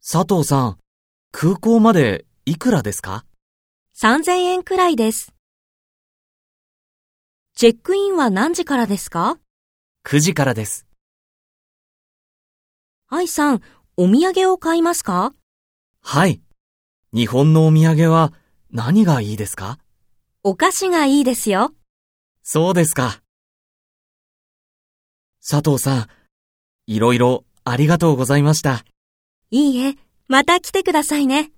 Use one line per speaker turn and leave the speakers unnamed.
佐藤さん、空港までいくらですか
3000円くらいです。チェックインは何時からですか
?9 時からです。
愛さん、お土産を買いますか
はい。日本のお土産は何がいいですか
お菓子がいいですよ。
そうですか。佐藤さん、いろいろありがとうございました。
いいえ、また来てくださいね。